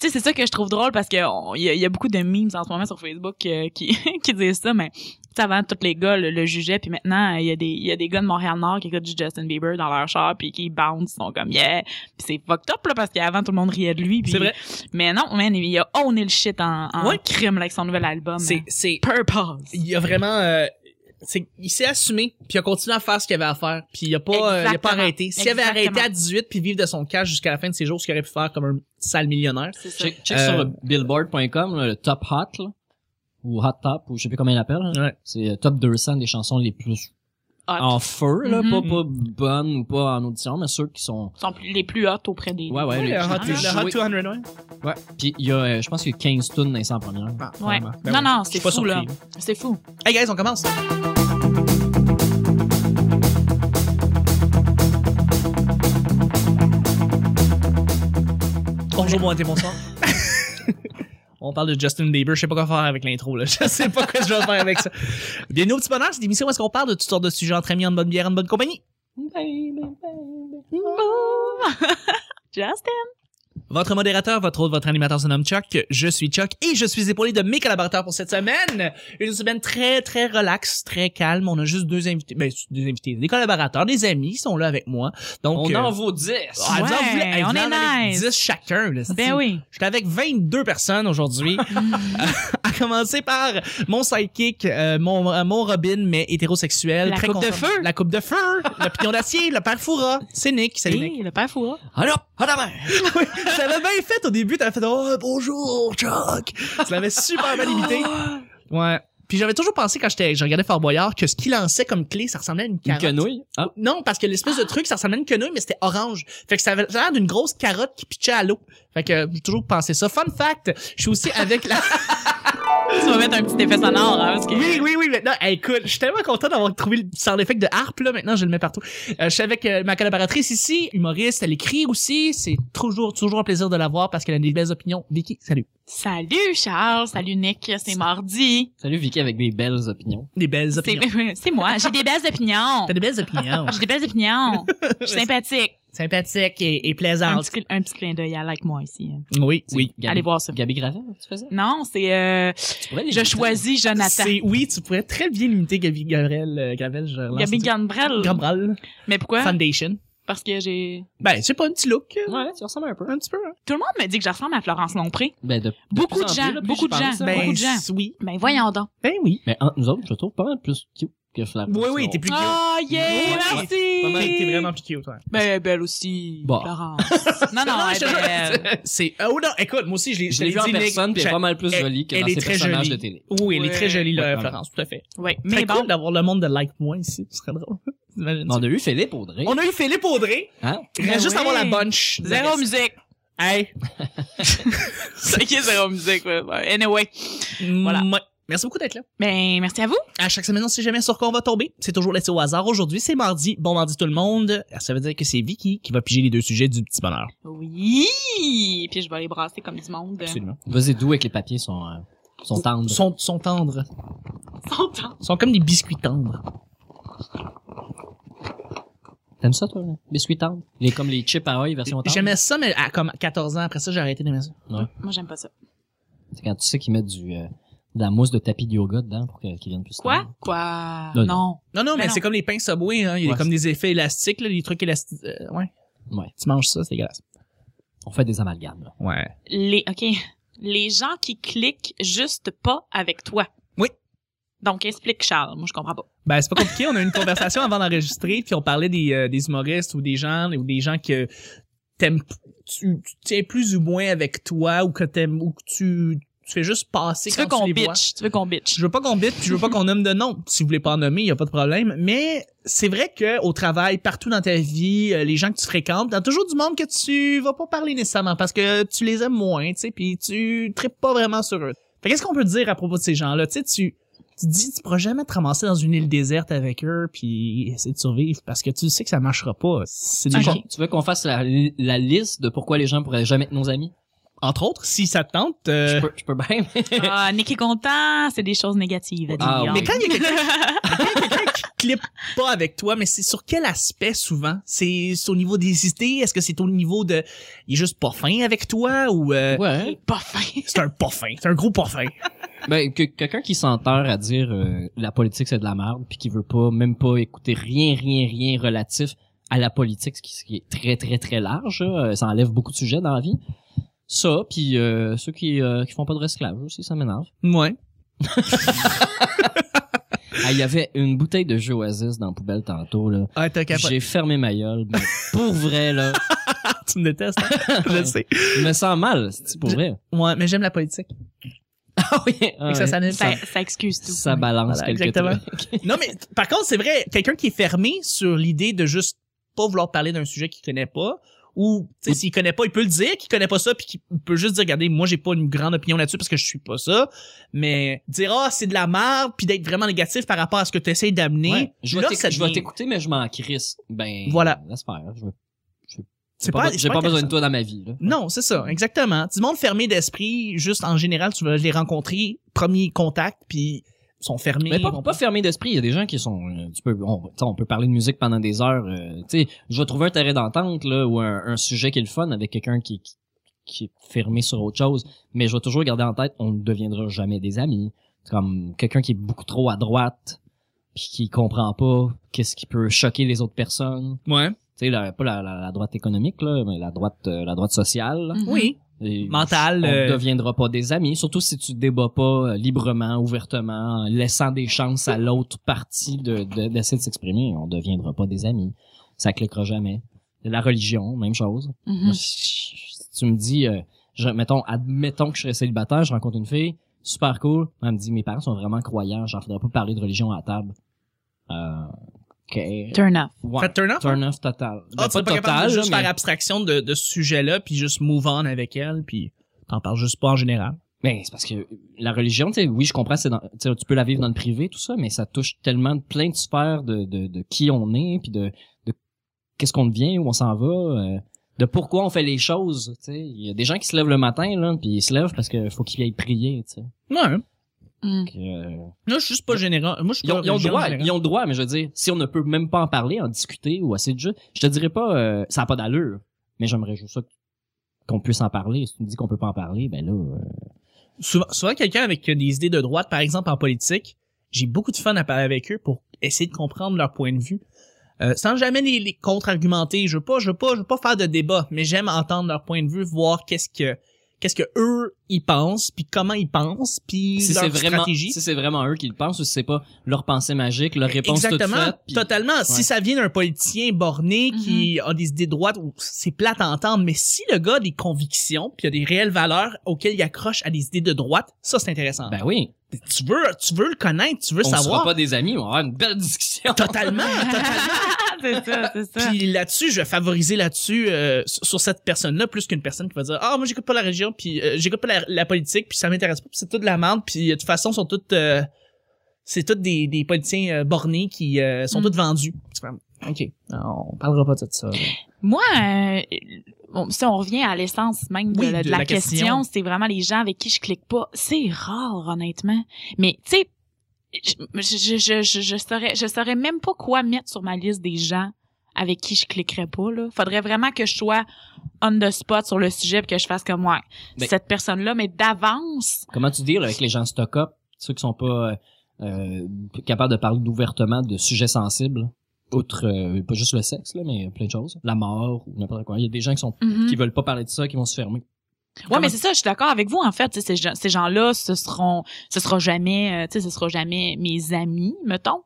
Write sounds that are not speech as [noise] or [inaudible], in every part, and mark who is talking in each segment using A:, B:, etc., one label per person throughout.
A: sais, c'est ça que je trouve drôle parce que il y, a- y a beaucoup de memes en ce moment sur Facebook euh, qui [laughs] qui disent ça, mais tu sais, avant tous les gars le, le jugeaient, puis maintenant euh, il y a des il y a des gars de Montréal Nord qui écoutent du Justin Bieber dans leur char puis qui bounce, ils sont comme yeah, puis c'est fucked up là parce qu'avant tout le monde riait de lui. puis- ah,
B: C'est vrai.
A: Mais non, man, il a owné le shit en, en
B: Ouais.
A: crime là, avec son nouvel album.
B: C'est, c'est,
A: Purpose.
B: il a vraiment, euh, c'est, il s'est assumé, puis il a continué à faire ce qu'il avait à faire, puis il a pas, euh, il a pas
A: Exactement.
B: arrêté. S'il avait arrêté
A: Exactement.
B: à 18 puis vivre de son cash jusqu'à la fin de ses jours, ce qu'il aurait pu faire comme un sale millionnaire.
A: C'est ça.
C: Check, check
B: Euh,
C: sur le billboard.com, là, le top hot, là, ou hot top, ou je sais plus comment il l'appelle. là.
B: Ouais.
C: C'est euh, top 200 des chansons les plus
A: Hot.
B: Ah.
C: en feu, là,
B: Mm-hmm.
A: Mhm.
C: pas, pas bonnes ou pas en audition, mais ceux qui sont...
A: Ils sont plus- les plus hot auprès des.
C: Ouais, ouais,
B: Ouais,
C: les
B: le Hot,
A: plus
B: le Hot 200, ouais.
C: Ouais. Puis il y a, euh, je pense qu'il y a 15 tunes dans les 100 premières.
B: Ah,
A: Ouais.
B: vraiment. Ben
A: non,
B: oui.
A: non,
B: Je suis
A: c'est
B: pas
A: fou, là.
B: surpris.
A: C'est fou.
B: Hey guys, on commence. Bonjour, bon été, [laughs] bonsoir. On parle de Justin Bieber, je sais pas quoi faire avec l'intro là. Je sais pas quoi je vais faire avec ça. Bienvenue au petit bonheur, c'est l'émission où est-ce qu'on parle de toutes sortes de sujets entre amis, en bonne bière, en bonne compagnie.
A: Justin.
B: Votre modérateur, votre autre, votre animateur se nomme Chuck. Je suis Chuck et je suis épaulé de mes collaborateurs pour cette semaine. Une semaine très, très relaxe, très calme. On a juste deux invités, ben, deux invités, des collaborateurs, des amis qui sont là avec moi. Donc,
C: on
B: euh,
C: en vaut 10!
B: ah, vous en
A: Ouais,
B: voulez- hey, vous
A: on
B: en
A: est
B: avez
A: nice.
B: 10 chacun. là, c'est-
A: Ben oui.
B: J'étais avec 22 personnes
A: [laughs]
B: aujourd'hui. [laughs] à commencer par mon sidekick, euh, mon, euh, mon Robin, mais hétérosexuel.
A: La
B: très
A: coupe de
B: conforme-
A: feu.
B: La coupe de feu. le pignon d'acier, le père Foura. C'est Nick. Salut Nick.
A: Hey, le père Foura.
C: Alors, à la main!
B: Oui, tu l'avais bien fait au début, t'avais fait Oh, bonjour, Chuck! Tu l'avais super bien [laughs] imité. Ah, Ouais. Puis j'avais toujours pensé quand j'étais, je regardais Fort Boyard que ce qu'il lançait comme clé, ça ressemblait à une
C: Une
B: carotte.
C: quenouille. Ah,
B: Non, parce que l'espèce de truc, ça ressemblait à une quenouille, mais c'était orange. Fait que ça avait l'air d'une grosse carotte qui pitchait à l'eau. Fait que euh, j'ai toujours pensé ça. Fun fact, je suis aussi avec la...
A: Tu vas mettre un petit effet sonore, hein, parce que.
B: [laughs] Oui, oui, oui, maintenant, hey, écoute, je suis tellement content d'avoir trouvé le sound effect de harpe, là, maintenant, je le mets partout. Euh, je suis avec euh, ma collaboratrice ici, humoriste, elle écrit aussi, c'est toujours, toujours un plaisir de la voir parce qu'elle a des belles opinions. Vicky, salut.
A: Salut Charles, salut Nick, c'est mardi.
C: salut Vicky avec mes belles opinions.
B: Des belles
A: C'est
B: opinions.
A: [laughs] c'est moi, j'ai des belles opinions.
B: [laughs] T'as des belles opinions.
A: J'ai des belles opinions. [laughs] Je suis sympathique.
B: Sympathique et, et
A: Un
B: plaisante.
A: petit, cl- un petit clin d'œil à like moi ici. hein.
B: Oui,
C: C'est
B: oui.
C: Gabi-
A: Allez voir ça.
C: Gabi Gravel, tu faisais?
A: Non, c'est euh,
C: Tu pourrais les
A: je
C: imiter.
A: choisis Jonathan.
B: C'est, oui, tu pourrais très bien limiter Gabi Gabriel, euh, Gravel, je relance
A: Gabi
B: tout de suite.
A: Gambrel.
B: Gabral.
A: Mais pourquoi?
B: Foundation.
A: Parce que j'ai.
B: Ben, c'est pas un petit look. euh,
C: Ouais, tu ressembles un peu.
B: Un petit peu, hein.
A: Tout le monde me dit que je ressemble à Florence Lompré.
C: Ben, de, de
A: Beaucoup
C: plus
A: de
C: en
A: gens,
C: plus, là, plus
A: beaucoup de
C: je pense,
A: gens.
C: là.
A: Beaucoup de gens.
B: oui.
A: Ben voyons donc.
B: Ben oui.
C: Mais entre nous autres, je te trouve pas mal plus cute que Flap.
B: Oui, oui, t'es plus cute.
A: Oh yeah,
B: Ouais,
A: merci.
B: Hey, T'es vraiment plus cute, toi.
A: Ben belle aussi,
C: Bon.
A: Florence.
B: [laughs]
A: non non, elle
B: je-
A: est belle.
B: [laughs] C'est euh, oh non, écoute, moi aussi je l'ai
C: Je l'ai
B: te
C: vu en
B: dis, Nick,
C: personne, puis elle est
B: je-
C: pas mal plus
B: elle-
C: jolie que
B: elle
C: dans
B: est
C: ses
B: très
C: personnages
B: jolie.
C: de télé.
B: Oui, elle est très jolie là,
C: Ouais,
B: Florence, tout à fait.
A: Ouais,
B: Mais
A: mais bon.
B: cool d'avoir le monde de like moins ici, ce serait drôle. [laughs] T'imagines-tu?
C: Mais On a eu Philippe Audrey.
B: On a eu Philippe Audrey,
C: Hein?
B: il reste
A: Ben
B: juste à
A: oui.
B: avoir la bunch. de
A: Zéro
B: reste.
A: musique.
B: Hey,
A: [laughs] C'est qui zéro musique? ouais. Anyway. Voilà.
B: ouais. Merci beaucoup d'être là.
A: Ben, merci à vous.
B: À chaque semaine, on sait jamais sur quoi on va tomber. C'est toujours laissé au hasard. Aujourd'hui, c'est mardi. Bon mardi tout le monde. Ah, Ça veut dire que c'est Vicky qui va piger les deux sujets du petit bonheur.
A: Oui. Puis je vais les brasser comme du monde.
B: Absolument.
C: Vas-y, d'où avec les papiers sont, euh, sont tendres.
B: Sont, sont tendres.
A: Son temps.
B: Ils sont comme des biscuits tendres.
C: T'aimes ça, toi, hein? là? Biscuits tendres? Les, comme les chips à oeil version tendre?
B: J'aimais ça, mais à comme 14 ans après ça, j'ai arrêté d'aimer ça.
A: Moi, j'aime pas ça.
C: C'est quand tu sais qu'ils mettent du, euh, de la mousse de tapis de yoga dedans pour que- qu'ils viennent plus
A: Quoi?
C: tendres.
A: Quoi?
C: Non,
A: Non.
B: Non, non,
A: Mais
B: mais,
A: Ben non.
B: c'est comme les pains Subway, hein. Il y a
C: Ouais.
B: comme des effets élastiques, là, des trucs élastiques. euh, ouais.
C: Ouais.
B: Tu manges ça, c'est dégueulasse.
C: On fait des amalgames, là.
B: Ouais.
A: Les, OK. Les gens qui cliquent juste pas avec toi.
B: Oui.
A: Donc, explique, Charles. Moi, je comprends pas.
B: Ben, c'est pas compliqué. on a eu une conversation avant d'enregistrer, puis on parlait des, euh, des humoristes ou des gens, ou des gens que t'aimes, tu, tu tiens plus ou moins avec toi, ou que t'aimes, ou que tu, tu fais juste passer
A: Tu
B: quand
A: veux qu'on
B: tu les vois.
A: bitch. Tu veux qu'on bitch.
B: [laughs] Je veux pas qu'on bite, puis je veux pas qu'on nomme de nom. Si vous voulez pas en nommer, y a pas de problème. Mais c'est vrai que au travail, partout dans ta vie, euh, les gens que tu fréquentes, t'as toujours du monde que tu vas pas parler nécessairement parce que tu les aimes moins, tu sais, puis tu tripes pas vraiment sur eux. Fait qu'est-ce qu'on peut dire à propos de ces gens-là, tu sais, tu tu te dis tu pourras jamais te ramasser dans une île déserte avec eux puis essayer de survivre parce que tu sais que ça marchera pas. C'est des
A: Ok.
B: gens
C: Tu veux qu'on fasse la, la liste de pourquoi les gens pourraient jamais être nos amis?
B: entre autres si ça te tente euh,
C: Je peux, je peux bien, mais-
A: Ah, Nick est content. C'est des choses négatives à dire.
C: Ah, oui.
B: [laughs] Mais quand il y a quelqu'un qui clip pas avec toi, mais c'est sur quel aspect souvent? C'est c'est au niveau des idées? Est-ce que c'est au niveau de... Il est juste pas fin avec toi ou... euh,
C: Ouais. hein?
A: Pas fin.
B: C'est un pas fin. C'est un gros pas fin.
C: Ben, que, quelqu'un qui s'enterre à dire euh, la politique c'est de la merde, puis qui veut pas, même pas écouter rien, rien, rien relatif à la politique, ce qui, ce qui est très, très, très large, là, euh, ça enlève beaucoup de sujets dans la vie. Ça, puis euh, ceux qui, euh, qui font pas de resclave aussi, ça m'énerve.
B: Ouais.
C: Ah, Il y avait une bouteille de jeu Oasis dans la poubelle tantôt, là.
B: Ah, t'as capable.
C: J'ai fermé ma gueule, mais pour vrai, là.
B: Tu me détestes. hein? [laughs] Je le sais.
C: Je me sens mal, c'est pour vrai.
B: Ouais, mais j'aime la politique.
C: Ah oui, ah
B: Fait que ça,
C: ouais.
B: ça,
A: Ça, ça excuse tout.
C: Ça balance
B: Voilà,
C: quelque
B: exactement.
C: truc.
B: Non, mais t- par contre, c'est vrai, quelqu'un qui est fermé sur l'idée de juste pas vouloir parler d'un sujet qu'il connaît pas, ou tu sais, s'il connaît pas, il peut le dire qu'il connaît pas ça, puis qu'il peut juste dire, regardez, moi j'ai pas une grande opinion là-dessus parce que je suis pas ça, mais dire ah c'est de la merde, puis d'être vraiment négatif par rapport à ce que tu essaies d'amener,
C: Ouais. Je vais
B: là,
C: t'éc-
B: ça
C: je vais
B: devient-
C: t'écouter, mais je m'en crisse. Ben,
B: Voilà.
C: laisse faire. Je veux-
B: c'est
C: pas-
B: c'est
C: J'ai pas, besoin de
B: intéressant.
C: toi dans ma vie. Là.
B: Non, c'est ça, exactement. Du monde fermé d'esprit, juste en général, tu vas les rencontrer, premier contact, puis ils sont fermés.
C: Mais
B: ils
C: pas,
B: vont
C: pas fermé d'esprit. Il y a des gens qui sont. euh, Tu peux, on, tu sais, on peut parler de musique pendant des heures. euh, tu sais, je vais trouver un terrain d'entente là ou un, un sujet qui est le fun avec quelqu'un qui, qui, qui est fermé sur autre chose. Mais je vais toujours garder en tête, on ne deviendra jamais des amis. C'est comme quelqu'un qui est beaucoup trop à droite, puis qui comprend pas qu'est-ce qui peut choquer les autres personnes.
B: Ouais.
C: Tu sais, la- pas la, la- la droite économique là, mais la droite, euh, la droite sociale. là.
A: Mhm.
B: Oui.
C: Et
B: Mental,
C: On
B: euh,
C: ne deviendra pas des amis, surtout si tu débats pas euh, librement, ouvertement, en laissant des chances à l'autre partie de, de- d'essayer de s'exprimer. On deviendra pas des amis. Ça cliquera jamais. La religion, même chose.
B: Mm.
A: Mhm.
C: Si tu me dis, euh, je- mettons, admettons que je serais célibataire, je rencontre une fille, super cool, elle me dit, mes parents sont vraiment croyants, j'en faudrait pas parler de religion à la table. Euh, ok.
A: Turn off.
C: Ouais.
B: Faites turn off.
C: Turn off total. Ben,
B: Ah, tu serais pas capable de
C: là,
B: juste
C: mais-
B: faire abstraction de, de ce sujet-là, puis juste move on avec elle, puis t'en parles juste pas en général.
C: Ben, c'est parce que la religion, tu sais, oui, je comprends, c'est dans, tu sais, tu peux la vivre dans le privé, tout ça, mais ça touche tellement de plein de sphères de, de, de qui on est, puis de, de qu'est-ce qu'on devient, où on s'en va, euh, de pourquoi on fait les choses, tu sais. Il y a des gens qui se lèvent le matin, là, puis ils se lèvent parce que faut qu'ils aillent prier, tu sais.
B: Ouais. Là,
A: Mm.
C: Donc, euh,
B: je suis juste pas général. Moi, je suis
C: ils, ont,
B: pas
C: ils ont le
B: religieux en
C: droit,
B: général.
C: ils ont le droit, mais je veux dire, si on ne peut même pas en parler, en discuter ou assez de jeu, je te dirais pas, euh, ça a pas d'allure, mais j'aimerais juste ça qu'on puisse en parler. Si tu me dis qu'on peut pas en parler, ben là... euh,
B: Souvent, souvent quelqu'un avec euh, des idées de droite, par exemple, en politique, j'ai beaucoup de fun à parler avec eux pour essayer de comprendre leur point de vue. Euh, sans jamais les, les contre-argumenter, je veux pas, je veux pas, je veux pas faire de débat, mais j'aime entendre leur point de vue, voir qu'est-ce que, qu'est-ce que eux ils pensent, puis comment ils pensent, puis
C: si
B: leur
C: c'est vraiment
B: stratégie.
C: si c'est vraiment eux qui le pensent ou si c'est pas leur pensée magique leur réponse
B: Exactement,
C: toute faite puis-
B: totalement. Si ça vient d'un politicien borné
A: Mm-hmm.
B: qui a des idées droites, ou c'est plate à entendre, mais si le gars a des convictions, puis il a des réelles valeurs auxquelles il accroche à des idées de droite, ça c'est intéressant.
C: ben oui
B: tu veux, tu veux le connaître, tu veux
C: on sera
B: savoir.
C: pas des amis on va avoir une belle discussion
B: [laughs]
A: [laughs]
B: Totalement.
A: c'est ça, c'est ça.
B: puis là-dessus, je vais favoriser là-dessus euh, sur sur cette personne-là plus qu'une personne qui va dire ah moi j'écoute pas la région, puis euh, j'écoute pas la, la politique, puis ça m'intéresse pas, puis c'est toute la merde, puis euh, de toute façon sont toutes euh, c'est toutes des, des politiciens euh, bornés qui euh, sont
A: Mm.
B: toutes vendus. C'est comme,
C: [laughs]
B: Ok, non, on parlera pas de ça. là.
A: Moi, euh, bon, si on revient à l'essence même de,
B: Oui,
A: la, de la question, c'est vraiment les gens avec qui je clique pas. C'est rare, honnêtement. Mais tu sais, je, je, je, je, je saurais, je saurais même pas quoi mettre sur ma liste des gens avec qui je cliquerais pas. Là. Faudrait vraiment que je sois on the spot sur le sujet puis que je fasse comme moi.
C: Ben-
A: Cette personne-là, mais d'avance,
C: comment tu deals avec les gens stock up ceux qui sont pas euh, euh, capables de parler ouvertement de sujets sensibles outre euh, pas juste le sexe là mais plein de choses la mort ou n'importe quoi il y a des gens qui sont
A: Mhm.
C: qui veulent pas parler de ça qui vont se fermer
A: Ouais,
B: Comment-
A: mais c'est ça, je suis d'accord avec vous en fait, tu sais, ces gens- ces gens-là ce seront ce sera jamais euh, tu sais ce sera jamais mes amis, mettons.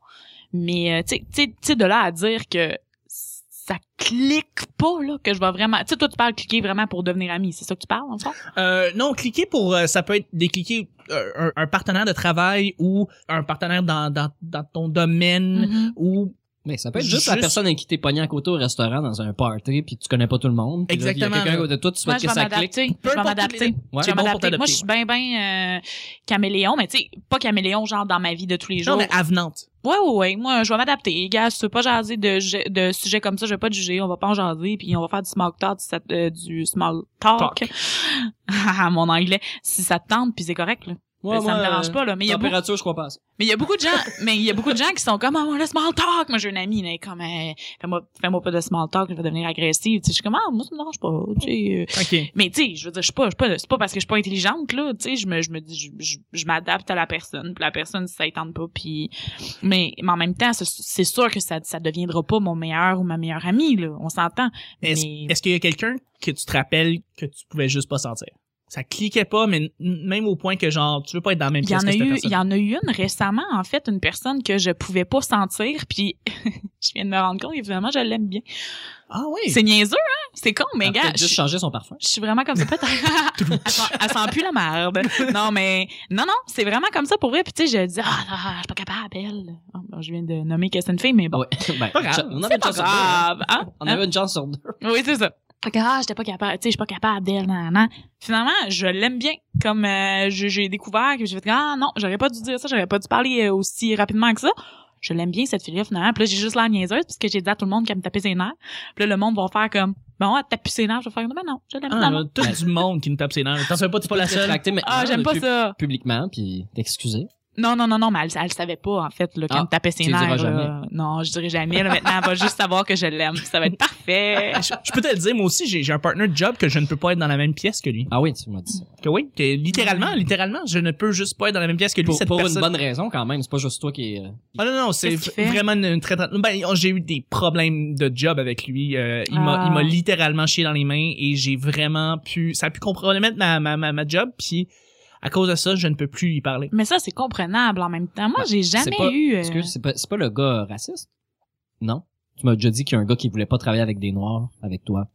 A: Mais euh, tu sais- tu sais- tu sais de là à dire que ça clique pas là que je vais vraiment tu sais toi tu parles cliquer vraiment pour devenir ami, c'est ça que tu parles en fond
B: Euh, non, cliquer pour euh, ça peut être des cliquer euh, un, un partenaire de travail ou un partenaire dans dans, dans ton domaine
A: Mm-hmm.
B: ou
C: mais ça peut être juste,
B: Juste-
C: la personne avec qui t'es pogné à côté au restaurant dans un party puis tu connais pas tout le monde puis là, il y a
B: Exactement,
C: quelqu'un à
B: là.
C: côté de toi tu
A: Moi
C: souhaites
A: je vais
C: que ça clique
A: m'adapter, je
B: Peu
A: vais
B: importe
A: m'adapter.
C: Ouais.
A: Je vais
B: C'est bon pour
A: m'adapter. Moi je
B: t'adapter,
A: suis bien bien euh, caméléon, mais tu sais pas caméléon genre dans ma vie de tous les jours.
B: non mais avenante.
A: Ouais, ouais, ouais. Moi, je vais m'adapter. Gars, si tu veux pas jaser de, ju- de sujets comme ça, je vais pas te juger. On va pas en jaser, puis on va faire du small talk, si ça te- euh, du small talk. [laughs]
B: Talk.
A: Ah, Mon anglais. Si ça te tente, puis c'est correct, là. Ben, ça me dérange pas, là. Mais il y a beaucoup,
C: Température, je crois pas. à ça.
A: mais il y a beaucoup de gens, mais il y a beaucoup de gens qui sont comme, ah, moi, le small talk. Moi, j'ai une amie, là, comme, Eh, fais-moi, fais-moi pas de small talk, je vais devenir agressive. Tu sais, je suis comme, ah, moi, ça me dérange pas, tu sais. euh,
B: OK.
A: Mais tu sais, je veux dire, je suis pas, je suis pas, c'est pas parce que je suis pas intelligente là, tu sais, je me, je me dis, je, je, je m'adapte à la personne, puis la personne si ça y tente pas, puis mais, mais en même temps, c'est- c'est sûr que ça, ça deviendra pas mon meilleur ou ma meilleure amie là, on s'entend.
B: Mais Est-ce
A: Mais-
B: est-ce qu'il y a quelqu'un que tu te rappelles que tu pouvais juste pas sentir? Ça cliquait pas, mais n- même au point que genre, tu veux pas être dans la
A: Il
B: même
A: y
B: pièce
A: en
B: que
A: a
B: cette
A: eu, il
B: personne.
A: y en a eu une récemment en fait, une personne que je pouvais pas sentir, puis [laughs] je viens de me rendre compte, évidemment, je l'aime bien.
B: Ah oui!
A: C'est niaiseux hein, c'est con, mais
B: Ah,
C: Elle a
A: gars,
C: peut-être
A: je-
C: juste changer son parfum.
A: Je suis vraiment comme ça. Peut-être. elle, sent, elle sent plus la merde. Non, mais non, non, c'est vraiment comme ça pour vrai. Puis tu sais, je dis, ah, ah, je suis pas capable, elle. Ah, bon, je viens de nommer que c'est une fille, mais
C: Ah
A: bon.
C: ouais. [laughs] Ben,
B: Pas grave.
C: On avait
A: C'est
C: une
A: pas
C: chance sur deux. hein.
A: grave. Hein?
C: On
A: Hein?
C: avait une chance sur deux.
A: Oui, c'est ça. Fait que, ah, j'étais pas capable, tu sais, je suis pas capable d'elle, nan, nan. Finalement, je l'aime bien. Comme euh, je- j'ai découvert que j'ai fait, ah non, j'aurais pas dû dire ça, j'aurais pas dû parler euh, aussi rapidement que ça. Je l'aime bien, cette fille-là, finalement. Puis là, j'ai juste la niaiseuse, parce que j'ai dit à tout le monde qu'elle me tapait ses nerfs. Puis là, le monde va faire comme, bon, elle te tape plus ses nerfs. Je vais faire, ben non, je l'aime
B: Ah,
A: finalement.
B: tout du monde qui nous tape ses nerfs. T'en savais pas, t'es pas la seule.
C: Rétracté maintenant,
A: Ah, j'aime pas
C: depuis-
A: ça.
C: Publiquement, puis t'excuser.
A: Non, non, non, non, mais elle, elle le savait pas, en fait, là, quand
C: Ah,
A: me tapait ses
C: tu le diras
A: nerfs. là. Non, je dirais jamais. Là, maintenant, elle va juste savoir que je l'aime. puis Ça va être parfait.
B: Je, je peux te le dire, moi aussi, j'ai j'ai un partner de job que je ne peux pas être dans la même pièce que lui.
C: Ah oui, tu m'as dit ça.
B: Que oui, que littéralement, littéralement, je ne peux juste pas être dans la même pièce que lui.
C: Pour,
B: cette
C: pour une
B: personne.
C: bonne raison quand même, c'est pas juste toi qui. est, euh,
B: Ah non, non, c'est
A: Qu'est-ce qu'il fait?
B: vraiment une, une très, très- Ben, oh, j'ai eu des problèmes de job avec lui. Euh, il m'a
A: Ah.
B: il m'a littéralement chié dans les mains et j'ai vraiment pu... Ça a pu compromettre ma, ma, ma, ma job, puis à cause de ça, je ne peux plus lui parler.
A: Mais ça, c'est comprenable en même temps. Moi,
C: Ouais,
A: j'ai
C: c'est
A: jamais
C: pas-
A: eu. euh,
C: Est-ce que c'est pas, c'est pas le gars raciste? Non? Tu m'as déjà dit qu'il y a un gars qui voulait pas travailler avec des noirs, avec toi.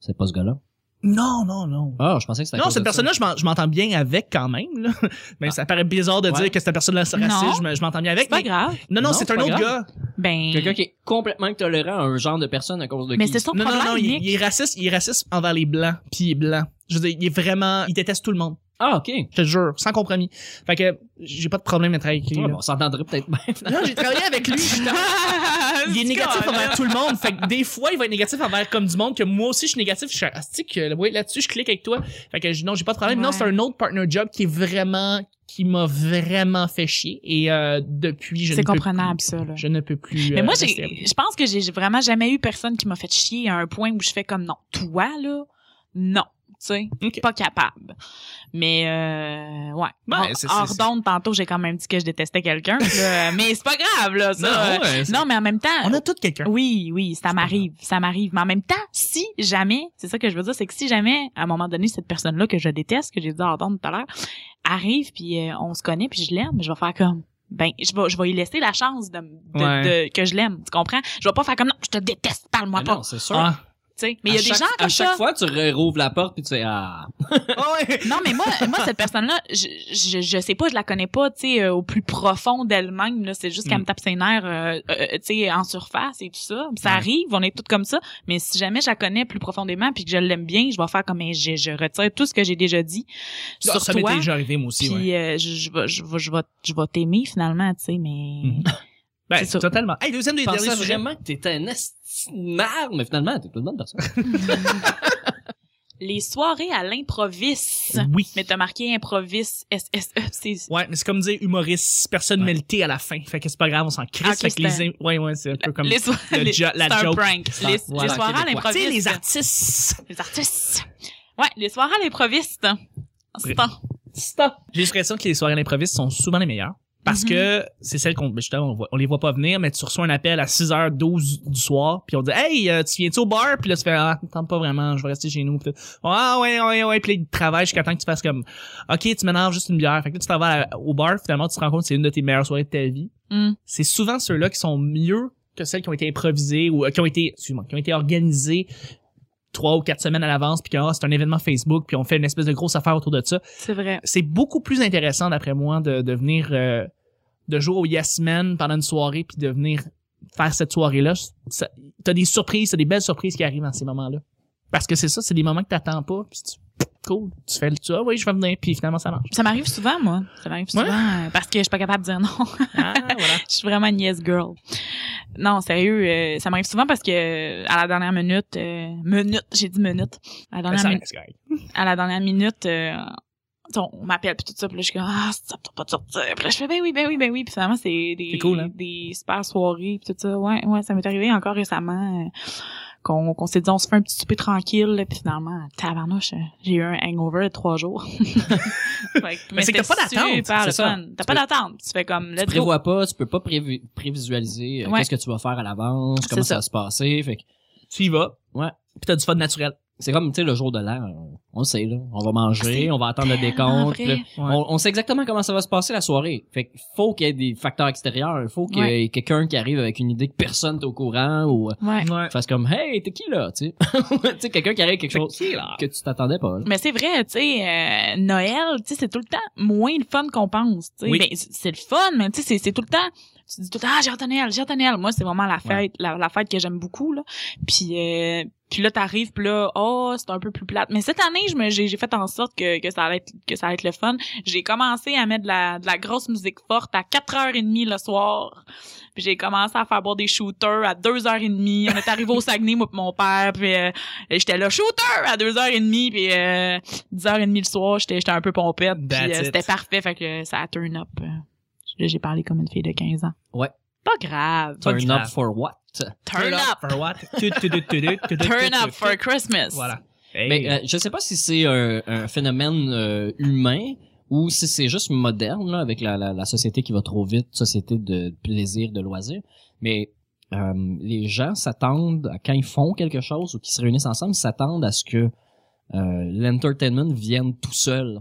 C: C'est pas ce gars-là.
B: Non, non, non.
C: Ah, je pensais que c'était à
B: Non,
C: cause
B: cette
C: de ça.
B: personne-là, je m'en- je m'entends bien avec quand même. Là. [laughs] Ben, ça paraît bizarre de
C: Ouais.
B: dire que cette personne-là c'est raciste,
A: Non.
B: je me- je m'entends bien
A: C'est
B: avec.
A: pas
B: mais-
A: grave.
B: Non, non,
C: Non,
B: c'est
C: c'est
B: un
C: pas
B: autre
C: grave.
B: gars.
A: Ben.
C: Quelqu'un qui est complètement intolérant à un genre de personne à cause de
A: Mais
C: qui-
A: c'est son
B: Non, non,
A: problème.
B: non, il,
A: Nick.
B: il est raciste, il est raciste envers les blancs, puis il est blanc. Je veux dire, il est vraiment... Il déteste tout le monde,
C: Ah, ok. Ouais,
B: je te jure, sans compromis. Fait que j'ai pas de problème à travailler avec lui. là.
C: bon, on s'entendrait peut-être bien.
B: Non, j'ai travaillé avec lui. [laughs] Il
A: [laughs]
B: est négatif envers tout le monde. Fait que des fois, il va être négatif envère comme du monde que moi aussi, je suis négatif. Je suis asti que ouais, là-dessus, je clique avec toi. Fait que je dis non, j'ai pas de problème. Non,
A: Ouais.
B: c'est un autre partner job qui est vraiment, qui m'a vraiment fait chier. Et euh, depuis, je ne
A: C'est
B: peux
A: comprenable,
B: plus-
A: ça, là.
B: Je ne peux plus.
A: Mais
B: euh,
A: moi,
B: rester avec.
A: j'ai, je pense que j'ai vraiment jamais eu personne qui m'a fait chier à un point où je fais comme non, toi là, non, tu sais,
B: Ok.
A: pas capable. Mais euh, ouais.
B: Ouais,
A: Hors-
B: c'est-
A: hors
B: c'est-
A: d'onde, tantôt j'ai quand même dit que je détestais quelqu'un, là, mais c'est pas grave là, ça.
B: [laughs] Non,
A: Euh,
B: ouais, c'est-
A: non, mais en même temps.
B: On a tous
C: Hein?
B: quelqu'un.
A: Oui, oui, ça
B: pas
A: m'arrive, ça m'arrive. Mais en même temps, si jamais, c'est ça que je veux dire, c'est que si jamais, à un moment donné, cette personne-là que je déteste, que j'ai dit hors d'onde tout à l'heure, arrive, puis euh, on se connaît, puis je l'aime, je vais faire comme, ben, je vais, je vais lui laisser la chance de, de-
B: Ouais.
A: de- que je l'aime, tu comprends? Je vais pas faire comme, non, je te déteste, parle-moi
C: Mais
A: pas,
C: Ben non, c'est sûr.
B: Ah.
A: tu sais. Mais il y a
C: À
A: des
C: chaque-
A: gens comme
C: À chaque
A: ça.
C: fois, tu re- rouvres la porte puis tu fais Ah.
B: ouais.
A: Non, mais moi, moi cette personne-là, je, je, je sais pas, je la connais pas, tu sais, euh, au plus profond d'elle-même. là. C'est juste qu'elle
B: Mm.
A: me tape ses nerfs, euh, euh, tu sais, en surface et tout ça. Puis Ça
B: Ouais.
A: arrive, on est toutes comme ça. Mais si jamais je la connais plus profondément puis que je l'aime bien, je vais faire comme mais je, je retire tout ce que j'ai déjà dit
B: Ah,
A: sur
B: ça
A: toi.
B: m'était déjà arrivé, moi aussi.
A: Puis
B: ouais.
A: euh, je, je vais, je vais, je vais, je vais t'aimer finalement, tu sais, mais
B: Mm. Ben,
A: euh, c'est ça.
B: totalement. Hey, deuxième des
C: Je pensais
B: derniers sujets.
C: vraiment que t'étais un estimard, mais finalement, t'es pas une bonne personne.
B: Mm.
A: [laughs]
B: [laughs]
A: les soirées à l'improviste.
B: Oui.
A: Mais t'as marqué improviste, S S E, c'est
B: Ouais, mais c'est comme dire humoriste, personne
C: Ouais.
B: melté à la fin. Fait que c'est pas grave, on s'en crisse.
A: Ok,
B: fait que
A: c'était-
B: les... Ouais, ouais, c'est un peu comme...
A: Ah, les so-
B: le
A: les-
B: jo- la
A: c'est un
B: joke.
A: prank.
C: Ah,
A: Les,
C: voilà,
A: les soirées à
C: québécois.
B: Tu sais,
A: l'improviste.
B: les artistes.
A: Les artistes. Ouais, les soirées à l'improviste. C'est pas-
B: Stop. J'ai l'impression que les soirées à l'improviste sont souvent les meilleures. Parce
A: Mhm.
B: que c'est celles qu'on, ben, justement, on, voit- on les voit pas venir, mais tu reçois un appel à 6h12 du soir, puis on dit, hey, euh, tu viens-tu au bar? Puis là, tu fais, ah, tente pas vraiment, je vais rester chez nous. Puis là, ah, ouais, ouais, ouais. Puis là, ils travaillent jusqu'à temps que tu fasses comme, ok, tu m'énerves juste une bière. Fait que là, tu t'en vas à- au bar, finalement, tu te rends compte que c'est une de tes meilleures soirées de ta vie.
A: Mm.
B: c'est souvent ceux-là qui sont mieux que celles qui ont été improvisées ou euh, qui ont été, excuse-moi, qui ont été organisées trois ou quatre semaines à l'avance puis que ah, c'est un événement Facebook puis on fait une espèce de grosse affaire autour de ça.
A: C'est vrai.
B: C'est beaucoup plus intéressant d'après moi de, de venir euh, de jouer au Yes Man pendant une soirée puis de venir faire cette soirée-là. Ça- T'as des surprises, t'as des belles surprises qui arrivent dans ces moments-là. Parce que c'est ça, c'est des moments que t'attends pas puis tu cool, tu fais le tu ah oui, je vais venir puis finalement ça marche.
A: Ça m'arrive souvent, moi. Ça m'arrive souvent
B: Ouais.
A: euh, parce que je suis pas capable de dire [laughs] non.
B: Ah [laughs] voilà.
A: je suis vraiment une yes girl. Non, sérieux, euh, ça m'arrive souvent parce que euh, à la dernière minute, euh, minute, j'ai dit minute. À la
B: Ben, Ça
A: dernière, mi-
B: reste correct.
A: à la dernière minute, euh, tu sais, on m'appelle puis tout ça puis là je suis comme ah ça peut pas de sortir puis là je fais ben oui ben oui ben oui puis finalement c'est des
B: C'est cool, hein?
A: des super soirées puis tout ça ouais ouais ça m'est arrivé encore récemment euh, qu'on qu'on s'est dit on se fait un petit souper tranquille là, puis finalement tabarnouche euh, j'ai eu un hangover de trois jours [laughs] Fait que- mais
B: c'est que
A: c'était
B: t'as pas d'attente,
A: super
C: c'est
A: le
C: ça.
A: fun. t'as pas
C: peux-
A: d'attente tu fais comme
C: tu
A: let's go.
C: prévois pas, tu peux pas prévu- prévisualiser euh,
A: Ouais.
C: qu'est-ce que tu vas faire à l'avance, comment
A: C'est
C: ça
A: ça.
C: va se passer. Fait que
B: Tu y vas.
C: Ouais.
B: Puis t'as du fun naturel.
C: c'est comme tu sais le jour de l'an, on- on le sait là, on va manger,
A: C'est
C: on va attendre le
A: tellement
C: décompte.
A: vrai.
C: là. On, on sait exactement comment ça va se passer la soirée. Fait que faut qu'il y ait des facteurs extérieurs, faut qu'il y ait quelqu'un qui arrive avec une idée que personne n'est au courant ou euh,
A: ouais
B: Ouais. Oh.
C: fasse comme hey t'es qui là, [laughs] tu sais, Tu sais quelqu'un qui arrive avec quelque chose
B: Fait que, là,
C: que tu t'attendais pas. là.
A: Mais c'est vrai, tu sais, euh, Noël, tu sais, c'est tout le temps moins le fun qu'on pense. tu sais.
B: Oui.
A: Ben, c- c'est le fun, mais tu sais, c'est- c'est tout le temps. Tu dis tout le temps, ah, j'ai hâte à Noël, j'ai hâte à Noël. Moi, c'est vraiment la fête,
C: Ouais.
A: la, la fête que j'aime beaucoup, là. Puis, euh, puis là, t'arrives, puis là, oh, c'est un peu plus plate. Mais cette année, je me, j'ai, j'ai fait en sorte que, que ça allait être, que ça allait être le fun. J'ai commencé à mettre de la, de la grosse musique forte à 4h30 le soir. Puis j'ai commencé à faire boire des shooters à 2h30. On est arrivé au Saguenay, moi pis mon père, puis euh, j'étais là, shooter, à 2h30, puis euh, 10h30 le soir, j'étais j'étais un peu pompette. Puis
B: That's
A: euh,
B: it.
A: c'était parfait, fait que ça a turn up. Euh, Là, j'ai parlé comme une fille de 15 ans.
C: Ouais.
A: Pas grave.
B: Pas
C: Turn
B: grave.
C: up for what?
A: Turn up.
B: for what? Tu, tu, tu, tu, tu, tu, tu,
A: Turn
B: tu,
A: up
B: tu.
A: for Christmas.
B: Voilà. Ah,
C: Mais euh, je sais pas si c'est un, un phénomène euh, humain ou si c'est juste moderne là, avec la, la, la société qui va trop vite, société de plaisir, de loisirs. Mais euh, les gens s'attendent à- quand ils font quelque chose ou qu'ils se réunissent ensemble, ils s'attendent à ce que euh, l'entertainment vienne tout seul.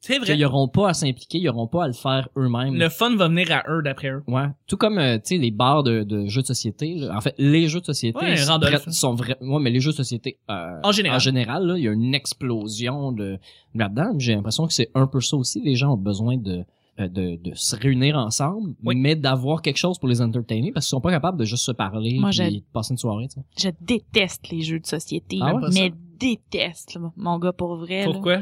B: c'est vrai.
C: Qu'ils n'auront pas à s'impliquer, ils n'auront pas à le faire eux-mêmes.
B: Le fun va venir à eux d'après eux.
C: Ouais. Tout comme euh, tu sais les bars de, de jeux de société. là. En fait, les jeux de société
B: Ouais,
C: se
B: Randolph.
C: prêtent- sont vrais. Ouais, mais les jeux de société euh,
B: En général.
C: en général, là, il y a une explosion de là-dedans. J'ai l'impression que c'est un peu ça aussi. Les gens ont besoin de euh, de, de se réunir ensemble,
B: Oui.
C: mais d'avoir quelque chose pour les entertainer parce qu'ils sont pas capables de juste se parler
A: Moi, j'ai-
C: et de passer une soirée. tu sais.
A: Je déteste les jeux de société.
C: Ah
B: ouais?
A: mais déteste, là, mon gars, pour vrai. là.
B: Pourquoi?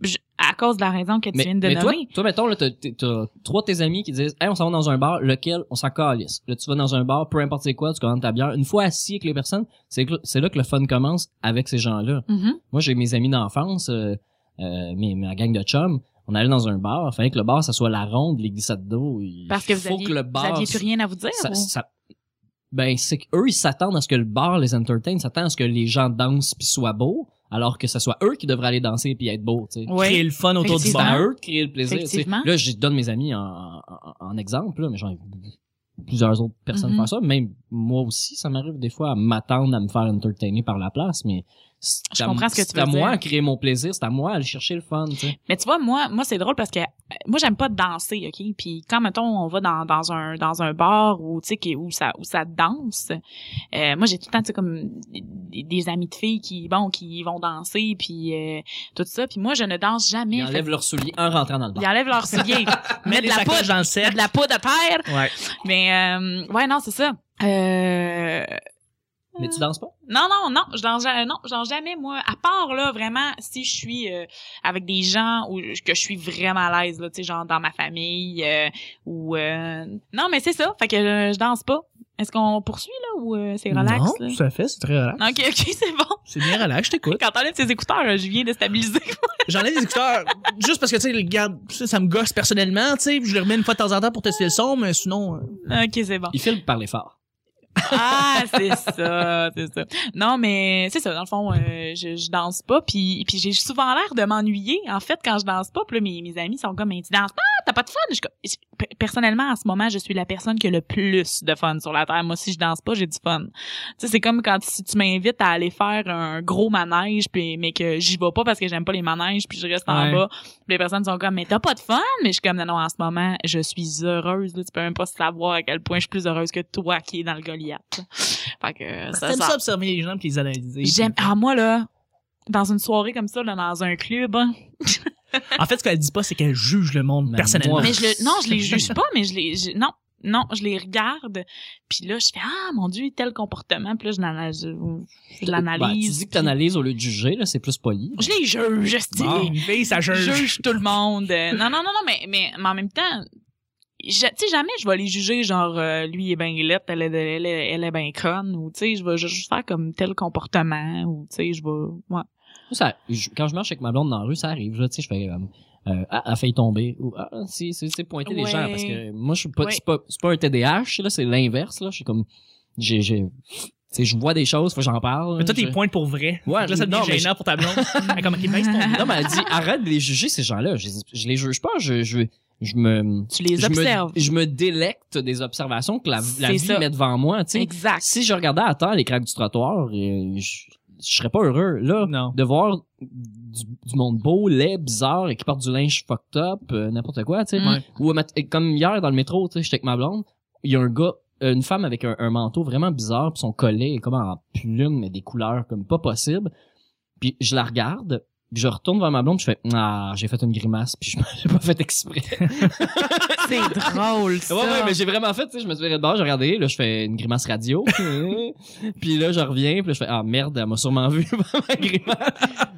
A: Je- à cause de la raison que tu
C: Mais,
A: viens de
C: mais toi,
A: nommer.
C: toi, mettons, là, t'as, t'as- t'as trois de tes amis qui disent, hey, on s'en va dans un bar, lequel, on s'en calisse. Là, tu vas dans un bar, peu importe c'est quoi, tu commandes ta bière. Une fois assis avec les personnes, c'est, que- c'est là que le fun commence avec ces gens-là.
A: Mhm.
C: Moi, j'ai mes amis d'enfance, euh, euh, mes, ma gang de chums, on allait dans un bar, fallait que le bar, ça soit la ronde, les glissades d'eau. Il
A: Parce que vous
C: faut
A: aviez,
C: que le
A: vous
C: bar.
A: aviez plus rien à vous dire.
C: ça-
A: ou?
C: ça- ben, c'est qu'eux, ils s'attendent à ce que le bar les entertain, s'attendent à ce que les gens dansent puis soient beaux, alors que ce soit eux qui devraient aller danser puis être beaux, tu sais.
A: Ouais.
B: Créer le fun autour du
C: C'est
A: Effectivement.
B: bar.
C: à eux de créer le plaisir. tu sais.
A: Effectivement.
C: Là, je donne mes amis en, en- en exemple, là, mais j'en ai vu plusieurs autres personnes
A: Mhm.
C: faire ça. Même moi aussi, ça m'arrive des fois à m'attendre à me faire entertainer par la place, mais c'est
A: Je
C: à-
A: comprends ce que tu
C: c'est
A: veux
C: à
A: dire.
C: moi à créer mon plaisir, c'est à moi à aller chercher le fun. tu sais.
A: Mais tu vois, moi, moi c'est drôle parce que euh, moi j'aime pas danser, ok. Puis quand mettons on va dans, dans un dans un bar où tu sais qui- où ça où ça danse, euh, moi j'ai tout le temps tu sais comme des, des amis de filles qui bon qui vont danser puis euh, tout ça. Puis moi je ne danse jamais.
C: Ils
A: Fait-
C: enlèvent leurs souliers en rentrant dans le bar.
A: ils enlèvent leurs
C: [laughs]
A: souliers,
B: Mets
A: mettent Ah, de
B: les
A: la
B: sacoches
A: poudre,
B: dans
A: mettent
B: le
A: de
B: cercle.
A: la poudre à terre.
B: Ouais.
A: Mais euh, ouais non c'est ça. Euh,
C: Mais tu danses pas?
A: non, non, non, je danse jamais, non, je danse jamais, moi. À part, là, vraiment, si je suis euh, avec des gens où, je- que je suis vraiment à l'aise, là, tu sais, genre dans ma famille, euh, ou... euh, Non, mais c'est ça, fait que euh, je danse pas. Est-ce qu'on poursuit, là, ou euh, c'est relax,
B: non,
A: là?
B: tout à fait, c'est très relax.
A: OK, OK, [laughs] c'est bon.
B: C'est bien relax, je t'écoute.
A: Quand t'enlèves tes écouteurs, euh, je viens de stabiliser. [laughs]
B: J'enlève les écouteurs juste parce que, tu sais, le garde, ça, ça me gosse personnellement, tu sais, je le remets une fois de temps en temps pour tester le son, mais sinon, euh,
A: OK, c'est bon.
C: Ils filment par l'effort.
A: Ah, c'est ça, c'est ça. Non, mais c'est ça. Dans le fond, euh, je, je danse pas, puis puis j'ai souvent l'air de m'ennuyer en fait quand je danse pas. Puis là, mes mes amis sont comme, mais tu danses pas, t'as pas de fun. Je suis comme- je- pe- personnellement, en ce moment, je suis la personne qui a le plus de fun sur la terre. Moi, si je danse pas, j'ai du fun. Tu sais, c'est comme quand si tu m'invites à aller faire un gros manège, puis mais que j'y vais pas parce que j'aime pas les manèges, puis je reste en
B: Ouais.
A: bas. Puis les personnes sont comme, mais t'as pas de fun. Mais je suis comme, non, non, en ce moment, je suis heureuse. Là, tu peux même pas savoir à quel point je suis plus heureuse que toi qui est dans le Goliath. Fait que ça,
B: t'aimes
A: ça-
B: ça observer les gens puis les analyser.
A: J'aime. Ah, moi, là, dans une soirée comme ça, là, dans un club, hein,
B: En fait, ce qu'elle dit pas, c'est qu'elle juge le monde
C: Mais
B: personnellement.
C: moi-
A: Mais je le, non, je les juge pas, mais je les, je- non, non, je les regarde. Puis là, je fais ah mon dieu tel comportement. Puis là, je l'analyse. Je, je
C: Ben, tu
A: l'analyse.
C: dis que t'analyses au lieu de juger, là, c'est plus poli.
A: Je les juge, je dis.
B: Bon, une fille, ça
A: Je
B: juge.
A: juge tout le monde. Euh, Non, non, non, non, mais, mais, mais en même temps, je- tu sais, jamais je vais les juger, genre, euh, lui, il est bien lettre, elle est, elle est, elle est bien conne, ou, tu sais, je vais juste faire comme tel comportement, ou, tu sais, je vais, ouais.
C: Moi, ça, je- quand je marche avec ma blonde dans la rue, ça arrive. là, Tu sais, je fais, euh, euh, ah, a failli tomber ou ah, c'est c'est c'est pointer les
A: Ouais.
C: gens parce que moi, je suis pas,
A: Ouais.
C: c'est pas, c'est pas un TDAH là, c'est l'inverse là. Je suis comme, j'ai, j'ai, tu sais, je vois des choses, faut que j'en parle.
B: Mais toi,
C: là,
B: t'es
C: je-
B: pointe pour vrai.
C: Ouais,
B: Fait que là, ça
C: non,
B: devient
C: mais
B: gênant pour ta blonde. Elle est comme, ok, baisse ton
C: [laughs] Non, mais elle dit, arrête de les juger, ces gens-là. Je, je les juge pas, je, je, je me...
A: Tu les
C: je me-
A: observes.
C: Je me délecte des observations que la, la
A: C'est
C: vie
A: ça.
C: met devant moi, tu sais.
A: Exact.
C: Si je regardais à terre les craques du trottoir, euh, je, je serais pas heureux. Là,
B: Non.
C: de voir du, du monde beau, laid, bizarre, et qui porte du linge fucked up, euh, n'importe quoi, tu sais.
A: Mm.
C: Ou euh, mat- euh, comme hier dans le métro, tu sais, j'étais avec ma blonde, il y a un gars, euh, une femme avec un, un manteau vraiment bizarre, puis son collet est comme en plume, mais des couleurs comme pas possible. Puis je la regarde, puis je retourne vers ma blonde, puis je fais ah, j'ai fait une grimace, puis je [laughs] m'en- j'ai pas fait exprès.
A: C'est drôle, ça.
C: Ouais, ouais, mais j'ai vraiment fait, tu sais, je me suis viré de bord, j'ai regardé, là, je fais une grimace radio. [laughs] puis là, je reviens, puis là, je fais, ah merde, elle m'a sûrement vu [laughs] ma grimace.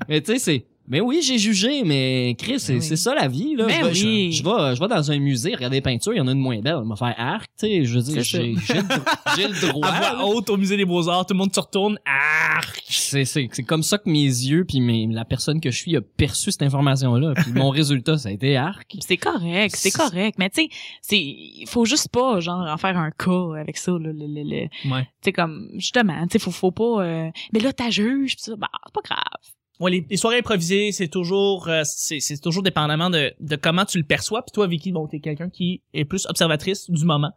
C: mais tu sais, c'est, mais oui, j'ai jugé, mais Chris, c'est
A: oui.
C: c'est ça la vie, là.
A: Ben
C: je, vais- je-
A: oui.
C: je, vais, je vais dans un musée, regarder des peintures, il y en a une moins belle, elle m'a fait arc, tu sais, je veux dire,
A: C'est
C: j'ai j'ai le dro-
A: [laughs]
C: j'ai le droit.
B: À
C: là.
B: voix haute au musée des beaux-arts, tout le monde se retourne. Ah!
C: C'est c'est- c'est comme ça que mes yeux, puis mes, la personne que je suis a perçu cette information-là. Puis mon résultat, ça a été arc.
A: C'est correct, c'est correct. Mais tu sais, c'est, il faut juste pas, genre, en faire un cas avec ça, là, le, le, le-
B: Ouais.
A: Tu sais, comme, justement, tu sais, faut, faut pas, euh, mais là, t'as juge, pis ça, bah, c'est pas grave.
B: Ouais, les, les soirées improvisées, c'est toujours, euh, c'est c'est toujours dépendamment de, de comment tu le perçois. Puis toi, Vicky, bon, t'es quelqu'un qui est plus observatrice du moment,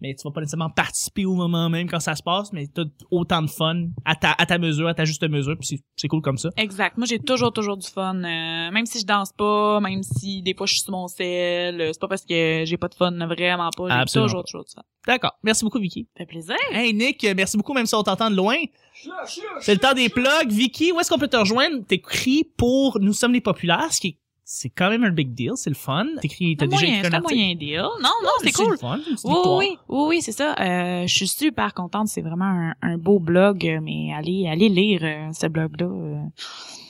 B: mais tu vas pas nécessairement participer au moment même quand ça se passe, mais t'as autant de fun à ta, à ta mesure, à ta juste mesure. Puis c'est- c'est cool comme ça.
A: Exact. Moi, j'ai toujours, toujours du fun. euh, même si je danse pas, même si des fois je suis sur mon sel, euh, c'est pas parce que j'ai pas de fun, vraiment pas. J'ai
B: Absolument
A: toujours, toujours du fun.
B: D'accord. Merci beaucoup, Vicky.
A: Ça fait plaisir.
B: Hey Nick, euh, merci beaucoup, même si on t'entend de loin. C'est le temps des plugs. Vicky, où est-ce qu'on peut te rejoindre? T'écris pour Nous sommes les populaires, ce qui est- c'est quand même un big deal, c'est le fun. T'écris, t'as
A: C'est
B: déjà
A: moyen,
B: écrit un
A: c'est un
B: article.
A: moyen deal. Non, non, c'est
B: le
A: cool.
B: fun, c'est une
A: Oui,
B: victoire.
A: oui, oui, oui, c'est ça. Euh, je suis super contente. C'est vraiment un, un beau blog, euh, mais allez, allez lire euh, ce blog-là. euh.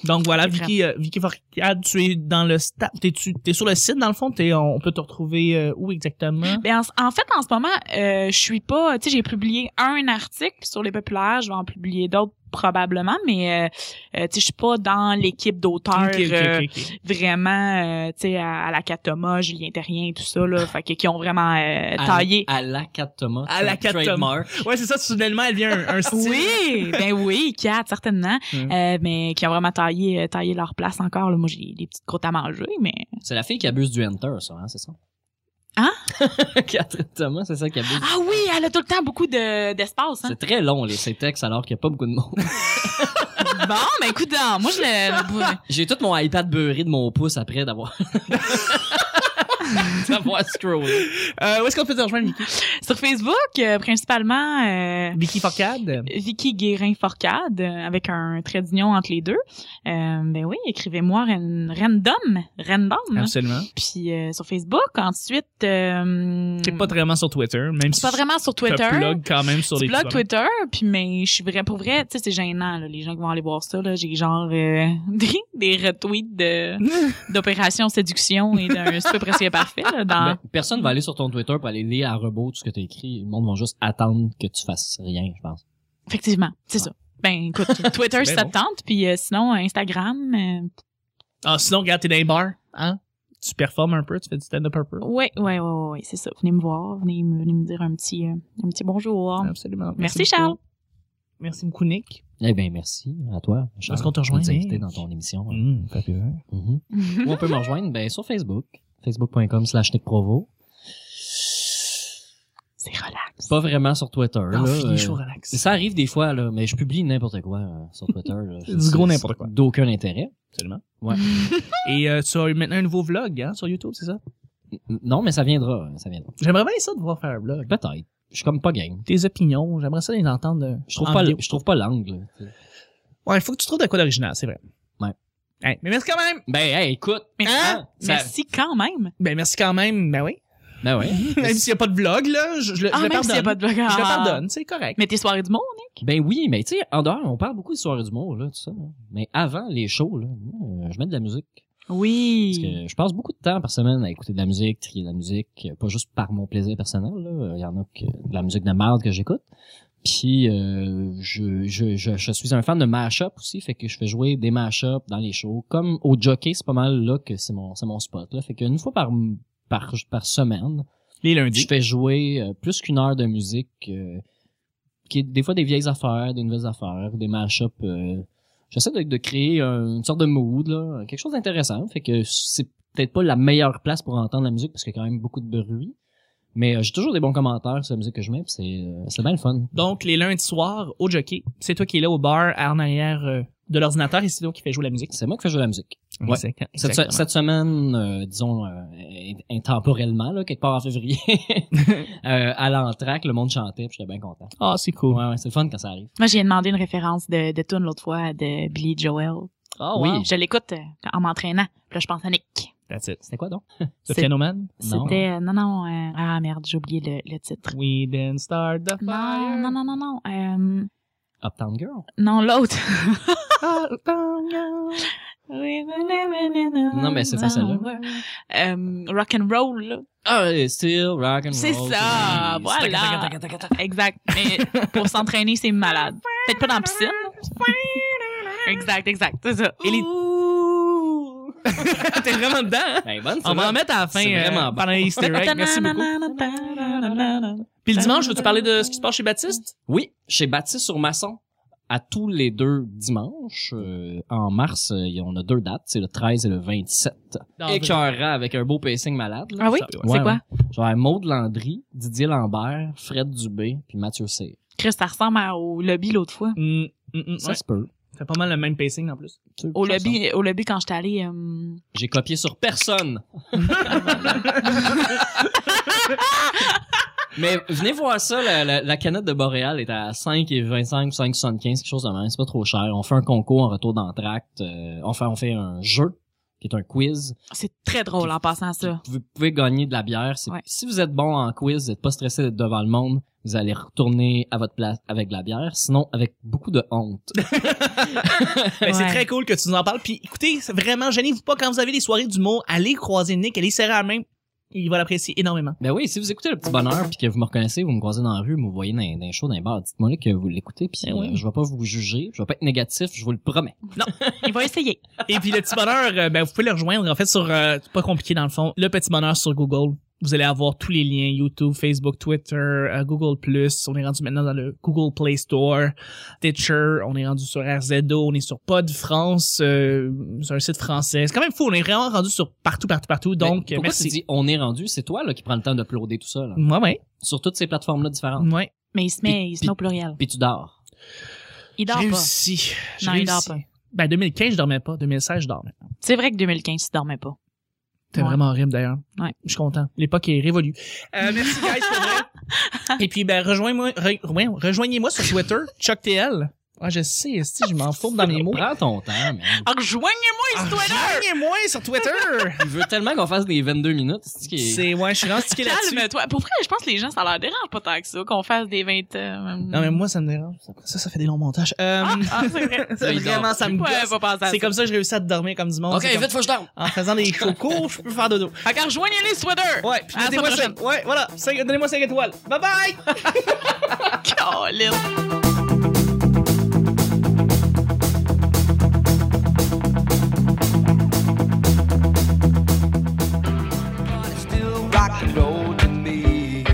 B: Donc voilà,
A: C'est
B: Vicky, euh, Vicky Forcade, tu es dans le sta- t'es tu t'es sur le site dans le fond, t'es, on peut te retrouver euh, où exactement
A: Ben, en, ce- en fait, en ce moment, euh, je suis pas. Tu sais, j'ai publié un article sur les populaires. Je vais en publier d'autres probablement, mais euh, euh, tu sais, je suis pas dans l'équipe d'auteurs.
B: Ok, ok, ok,
A: euh,
B: ok.
A: vraiment euh, tu sais à, à la Katoma, Julien Terrien tout ça là fait que qui ont vraiment [laughs] euh,
C: À-
A: taillé
C: À, la 4 Thomas.
B: À la Cat Thomas.
C: Trademark.
B: Ouais, c'est ça. Soudainement, elle vient un, un style.
A: oui ben oui Kat [laughs] certainement
B: Mm.
A: Euh, mais qui ont vraiment taillé euh, taillé leur place encore là moi j'ai des petites crottes à manger mais
C: C'est la fille qui abuse du enter, ça, hein, c'est ça?
A: Hein?
C: [laughs] Catherine Thomas, c'est ça qui abuse.
A: ah oui elle a tout le temps beaucoup de d'espace hein.
C: C'est très long, les, ces textes, alors qu'il n'y a pas beaucoup de
A: [laughs]
C: monde.
A: bon ben écoute donc, moi je le le-
C: [laughs] J'ai tout mon iPad beurré de mon pouce après d'avoir. [laughs] d'avoir scrollé.
B: Euh, où est-ce qu'on peut te rejoindre, Vicky
A: [laughs] sur Facebook euh, principalement euh,
B: Vicky Forcade.
A: Vicky Guérin Forcade euh, avec un trait d'union entre les deux. Euh, ben oui, écrivez-moi ren- random, random. hein.
B: Absolument.
A: puis euh, sur Facebook. Ensuite, euh,
B: T'es pas vraiment sur Twitter, même si
A: pas vraiment sur Twitter.
B: Tu plug quand même sur
A: Tu
B: les
A: blogues
B: petits
A: Twitter, puis mais je suis vrai pour vrai, tu sais c'est gênant là, les gens qui vont aller voir ça là, j'ai genre euh, [laughs] des, des retweets de
B: bonhommes.
A: d'opération séduction et
B: [laughs]
A: d'un peu presque parfait là, dans
C: Ben, personne va aller sur ton Twitter pour aller lire à rebours tout ce que t'as écrit. Le monde va juste attendre que tu fasses rien, je pense.
A: effectivement, c'est ça. Ben
B: [laughs]
A: écoute, Twitter
B: C'est
A: ça
B: bien
A: te tente, puis euh, sinon Instagram, euh,
B: Ah, sinon, regarde, t'es dans les bars, hein? Tu performes un peu, tu fais du stand-up un peu.
A: ouais ouais ouais ouais, ouais, c'est ça. Venez me voir, venez me, venez me dire un petit euh, un petit
B: Ah.
A: bonjour.
B: Absolument.
A: Merci,
B: beaucoup.
A: Charles.
B: Merci beaucoup, Nick.
C: Eh ben, merci à toi. Charles,
B: Est-ce qu'on te
C: de
B: rejoint,
C: nous inviter
B: Nick?
C: dans ton émission.
B: Mmh,
C: Mhm. Ou on peut me rejoindre ben, sur Facebook. Facebook.com slash Nick Provo.
A: [laughs] c'est relax.
C: Pas vraiment sur Twitter. là, euh,
B: Enfile, chaud, relax.
C: ça arrive des fois, là, mais je publie n'importe quoi euh, sur Twitter.
B: [laughs]
C: là.
B: Du gros n'importe quoi.
C: D'aucun intérêt.
B: Absolument.
C: Ouais.
B: Et euh, tu as eu maintenant un nouveau vlog hein, sur YouTube, c'est ça?
C: Non, mais ça viendra. hein, Ça viendra.
B: J'aimerais bien ça de voir faire un vlog.
C: Peut-être. Je suis comme pas game.
B: Tes opinions, j'aimerais ça les entendre. euh,
C: Je trouve
B: en
C: pas, le-
B: vidéo.
C: je trouve pas l'angle. tu sais.
B: Ouais, il faut que tu trouves de quoi d'original, c'est vrai.
C: Ouais.
B: Hey, mais merci quand même!
C: Ben, hey, écoute.
A: Merci.
C: hein, ça-
A: Merci quand même.
B: Ben merci quand même, ben oui.
A: [laughs]
C: Ben ouais.
B: Même s'il n'y a pas de vlog, là, je, je le,
A: Ah,
B: je le
A: même s'il y a
B: pardonne.
A: pas de blog,
B: Je le
A: ah.
B: pardonne, c'est correct.
A: Mais tes soirées du monde,
C: Ben oui, mais tu sais, en dehors, on parle beaucoup de soirées d'humour, là, tout ça. hein. Mais avant les shows, là, euh, je mets de la musique. Parce
A: Oui.
C: que je passe beaucoup de temps par semaine à écouter de la musique, Euh, trier de la musique, euh, pas juste par mon plaisir personnel. là. Il y en a que de la musique de merde que j'écoute. Puis euh, je, je, je, je suis un fan de mashup aussi, fait que je fais jouer des mashups dans les shows. Comme au jockey, c'est pas mal là que c'est mon c'est mon spot là. Fait qu'une fois par par par semaine,
B: Les
C: je
B: lundis.
C: fais jouer euh, plus qu'une heure de musique, euh, qui est des fois des vieilles affaires, des nouvelles affaires, des mashups. euh, J'essaie de, de créer un- une sorte de mood là, quelque chose d'intéressant. Fait que c'est peut-être pas la meilleure place pour entendre la musique parce qu'il y a quand même beaucoup de bruit. Mais euh, j'ai toujours des bons commentaires sur la musique que je mets, puis c'est euh, c'est bien le fun.
B: Donc, les lundis soirs, au jockey, c'est toi qui es là au bar, en arrière euh, de l'ordinateur, et c'est toi qui fais jouer la musique.
C: C'est moi qui fais jouer la musique. Ouais.
B: C'est-
C: Cette,
B: hein, exactement.
C: cette semaine, euh, disons euh, in- intemporellement, là, quelque part
B: [laughs]
C: en février, [laughs] euh, à l'entraque, le monde chantait, puis j'étais bien content.
B: Ah, c'est cool.
C: Ouais, ouais, c'est le fun quand ça arrive.
A: Moi, j'ai demandé une référence de, de tune l'autre fois de Billy Joel.
B: Ah,
C: Oui.
B: wow.
A: Je l'écoute euh, en m'entraînant. Puis là, je pense à Nick.
B: That's it.
C: C'était quoi donc?
B: The
A: C'est-
B: Pianoman?
C: Non.
A: C'était... euh, Non, non. euh, ah, merde, j'ai oublié le, le titre.
B: We didn't start the
A: Non,
B: fire.
A: non, non, non, non. euh,
C: Uptown Girl?
A: non, [laughs] l'autre.
B: Ah, non, non.
A: non,
C: Non, mais c'est pas celle-là.
A: Euh, rock and roll, là.
C: Ah, it's still rock and
A: C'est
C: roll.
A: ça,
C: Oui.
A: voilà.
C: Tac, tac, tac, tac, tac, tac.
A: Exact. Mais pour s'entraîner, c'est malade. Peut-être pas dans la piscine. Exact, exact. C'est ça. Et les-
B: [laughs] Ouh. T'es vraiment dedans. hein?
C: Ben, bonne
B: On va en
C: semaine.
B: mettre à la fin
C: C'est
B: euh,
C: vraiment bon.
B: pendant les Easter eggs. Merci beaucoup. Puis le dimanche, veux-tu parler de ce qui se passe chez Baptiste?
C: Oui, chez Baptiste sur Masson, à tous les deux dimanches, euh, en mars, euh, on a deux dates, c'est le 13 et le 27. Écœurant avec un beau pacing malade. là.
A: Ah oui?
B: Ouais,
A: C'est
C: ouais.
A: quoi?
C: Genre Maud Landry, Didier Lambert, Fred Dubé, puis Mathieu Cyr.
A: Chris, ça ressemble à- au lobby l'autre fois.
B: Mm, mm, mm,
C: Ça
B: ouais.
C: se peut.
B: T'as pas mal le même pacing en plus.
C: Tu sais,
A: Au
C: ça ressemble.
A: lobby, au lobby quand j'étais allée, euh,
C: J'ai copié sur personne. Mais venez voir ça, la, la, la canette de Boréal est à 5 et 25, 5,75, quelque chose de même. C'est pas trop cher. On fait un concours en retour d'entracte. Euh, enfin, on fait un jeu qui est un quiz.
A: c'est très drôle en passant à ça.
C: Vous pouvez gagner de la bière. C'est-
A: Ouais.
C: Si vous êtes bon en quiz, vous n'êtes pas stressé d'être devant le monde, vous allez retourner à votre place avec de la bière, sinon avec beaucoup de honte.
B: Ben, C'est
A: Ouais.
B: très cool que tu nous en parles. Puis écoutez, c'est vraiment, gênez-vous pas quand vous avez des soirées d'humour. Allez croiser Nick, allez serrer la main. Il va l'apprécier énormément.
C: Ben oui, si vous écoutez le petit bonheur puis que vous me reconnaissez, vous me croisez dans la rue, vous me voyez dans, dans un show, dans un bar, dites-moi là que vous l'écoutez puis
B: Ben oui.
C: euh, je vais pas vous juger, je vais pas être négatif, je vous le promets.
A: Il va essayer.
B: Et puis le petit bonheur, euh, ben, vous pouvez le rejoindre en fait sur, euh, c'est pas compliqué dans le fond, le petit bonheur sur Google. Vous allez avoir tous les liens YouTube, Facebook, Twitter, euh, Google+. On est rendu maintenant dans le Google Play Store, Stitcher. On est rendu sur RZO. On est sur Pod France, euh, sur un site français. C'est quand même fou. On est vraiment rendu sur partout, partout, partout.
C: Mais
B: Donc
C: Ben,
B: euh,
C: pourquoi
B: Ben, merci.
C: tu dis on est rendu, c'est toi là qui prends le temps d'uploader tout ça là.
B: Moi, ouais,
C: sur toutes ces plateformes là différentes.
B: ouais.
A: Mais il se met, il se met au pluriel.
C: Puis tu dors.
A: Il
B: J'ai
A: dort pas.
B: réussi. J'ai
A: Non, il dort
B: réussi.
A: pas.
B: Ben 2015, je dormais pas. 2016, je dormais.
A: C'est vrai que 2015, il dormait pas.
B: C'était
A: Ouais.
B: vraiment horrible d'ailleurs.
A: Ouais.
B: Je suis content. L'époque est révolue.
A: [laughs]
B: Euh, merci guys pour vrai. Et puis ben rejoignez-moi re- ouais, rejoignez-moi sur Twitter, ChuckTL. Ah je sais, esti, je m'en fourbe dans mes mots.
C: Prends ton temps, man.
A: Ah, Rejoignez-moi sur Twitter!
B: Rejoignez-moi sur Twitter.
C: Il veut tellement qu'on fasse des 22 minutes. C'est ce qui est-
B: C'est ouais, je suis rendu là-dessus.
A: Calme-toi. Pour vrai, je pense que les gens, ça leur dérange pas tant que ça, qu'on fasse des 20... euh,
B: Non mais moi ça me dérange. Ça ça fait des longs montages. Euh,
A: Ah, ah, c'est vrai.
B: [laughs] ça, vraiment ça me
A: Ouais,
B: gosse.
A: va passer à
B: C'est comme ça que je réussis à dormir comme du monde.
C: Ok,
B: C'est comme-
C: vite, faut que je dorme.
B: En faisant
A: [laughs]
B: des cocos, je peux faire dodo.
A: Fait que rejoignez-les sur Twitter!
B: Ouais, puis
A: À la
B: mettez-moi
A: semaine
B: cinq- Ouais, voilà, Cinq- donnez-moi 5 étoiles. Bye bye.
A: Colin.
D: still rock and roll to me.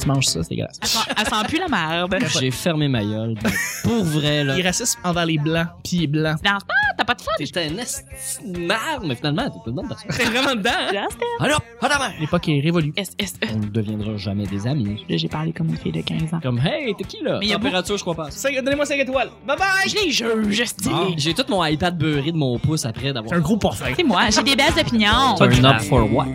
B: Tu manges ça, c'est dégueulasse.
A: Elle sent- Elle sent plus la merde.
C: J'ai fermé ma gueule. mais Pour vrai là.
B: Il est raciste envers les blancs, puis il est blanc.
A: Dans ce temps, t'as pas de fun.
C: T'es un esti de merde, mais finalement, t'es pas une bonne personne.
B: T'es vraiment dedans, hein?
C: Alors, pas ta mère.
B: L'époque est révolue.
A: S, S, E.
C: On ne deviendra jamais des amis.
A: Là, j'ai parlé comme une fille de 15 ans.
C: Comme, hey, t'es qui là?
A: Mais il y a
C: Température, je crois pas.
B: Cinq- Donnez-moi 5 étoiles. Bye bye!
A: Je les juge, je dis.
C: Ah, J'ai tout mon iPad beurré de mon pouce après d'avoir.
B: gros parfum.
A: C'est moi, j'ai des belles opinions.
C: Turn up for what?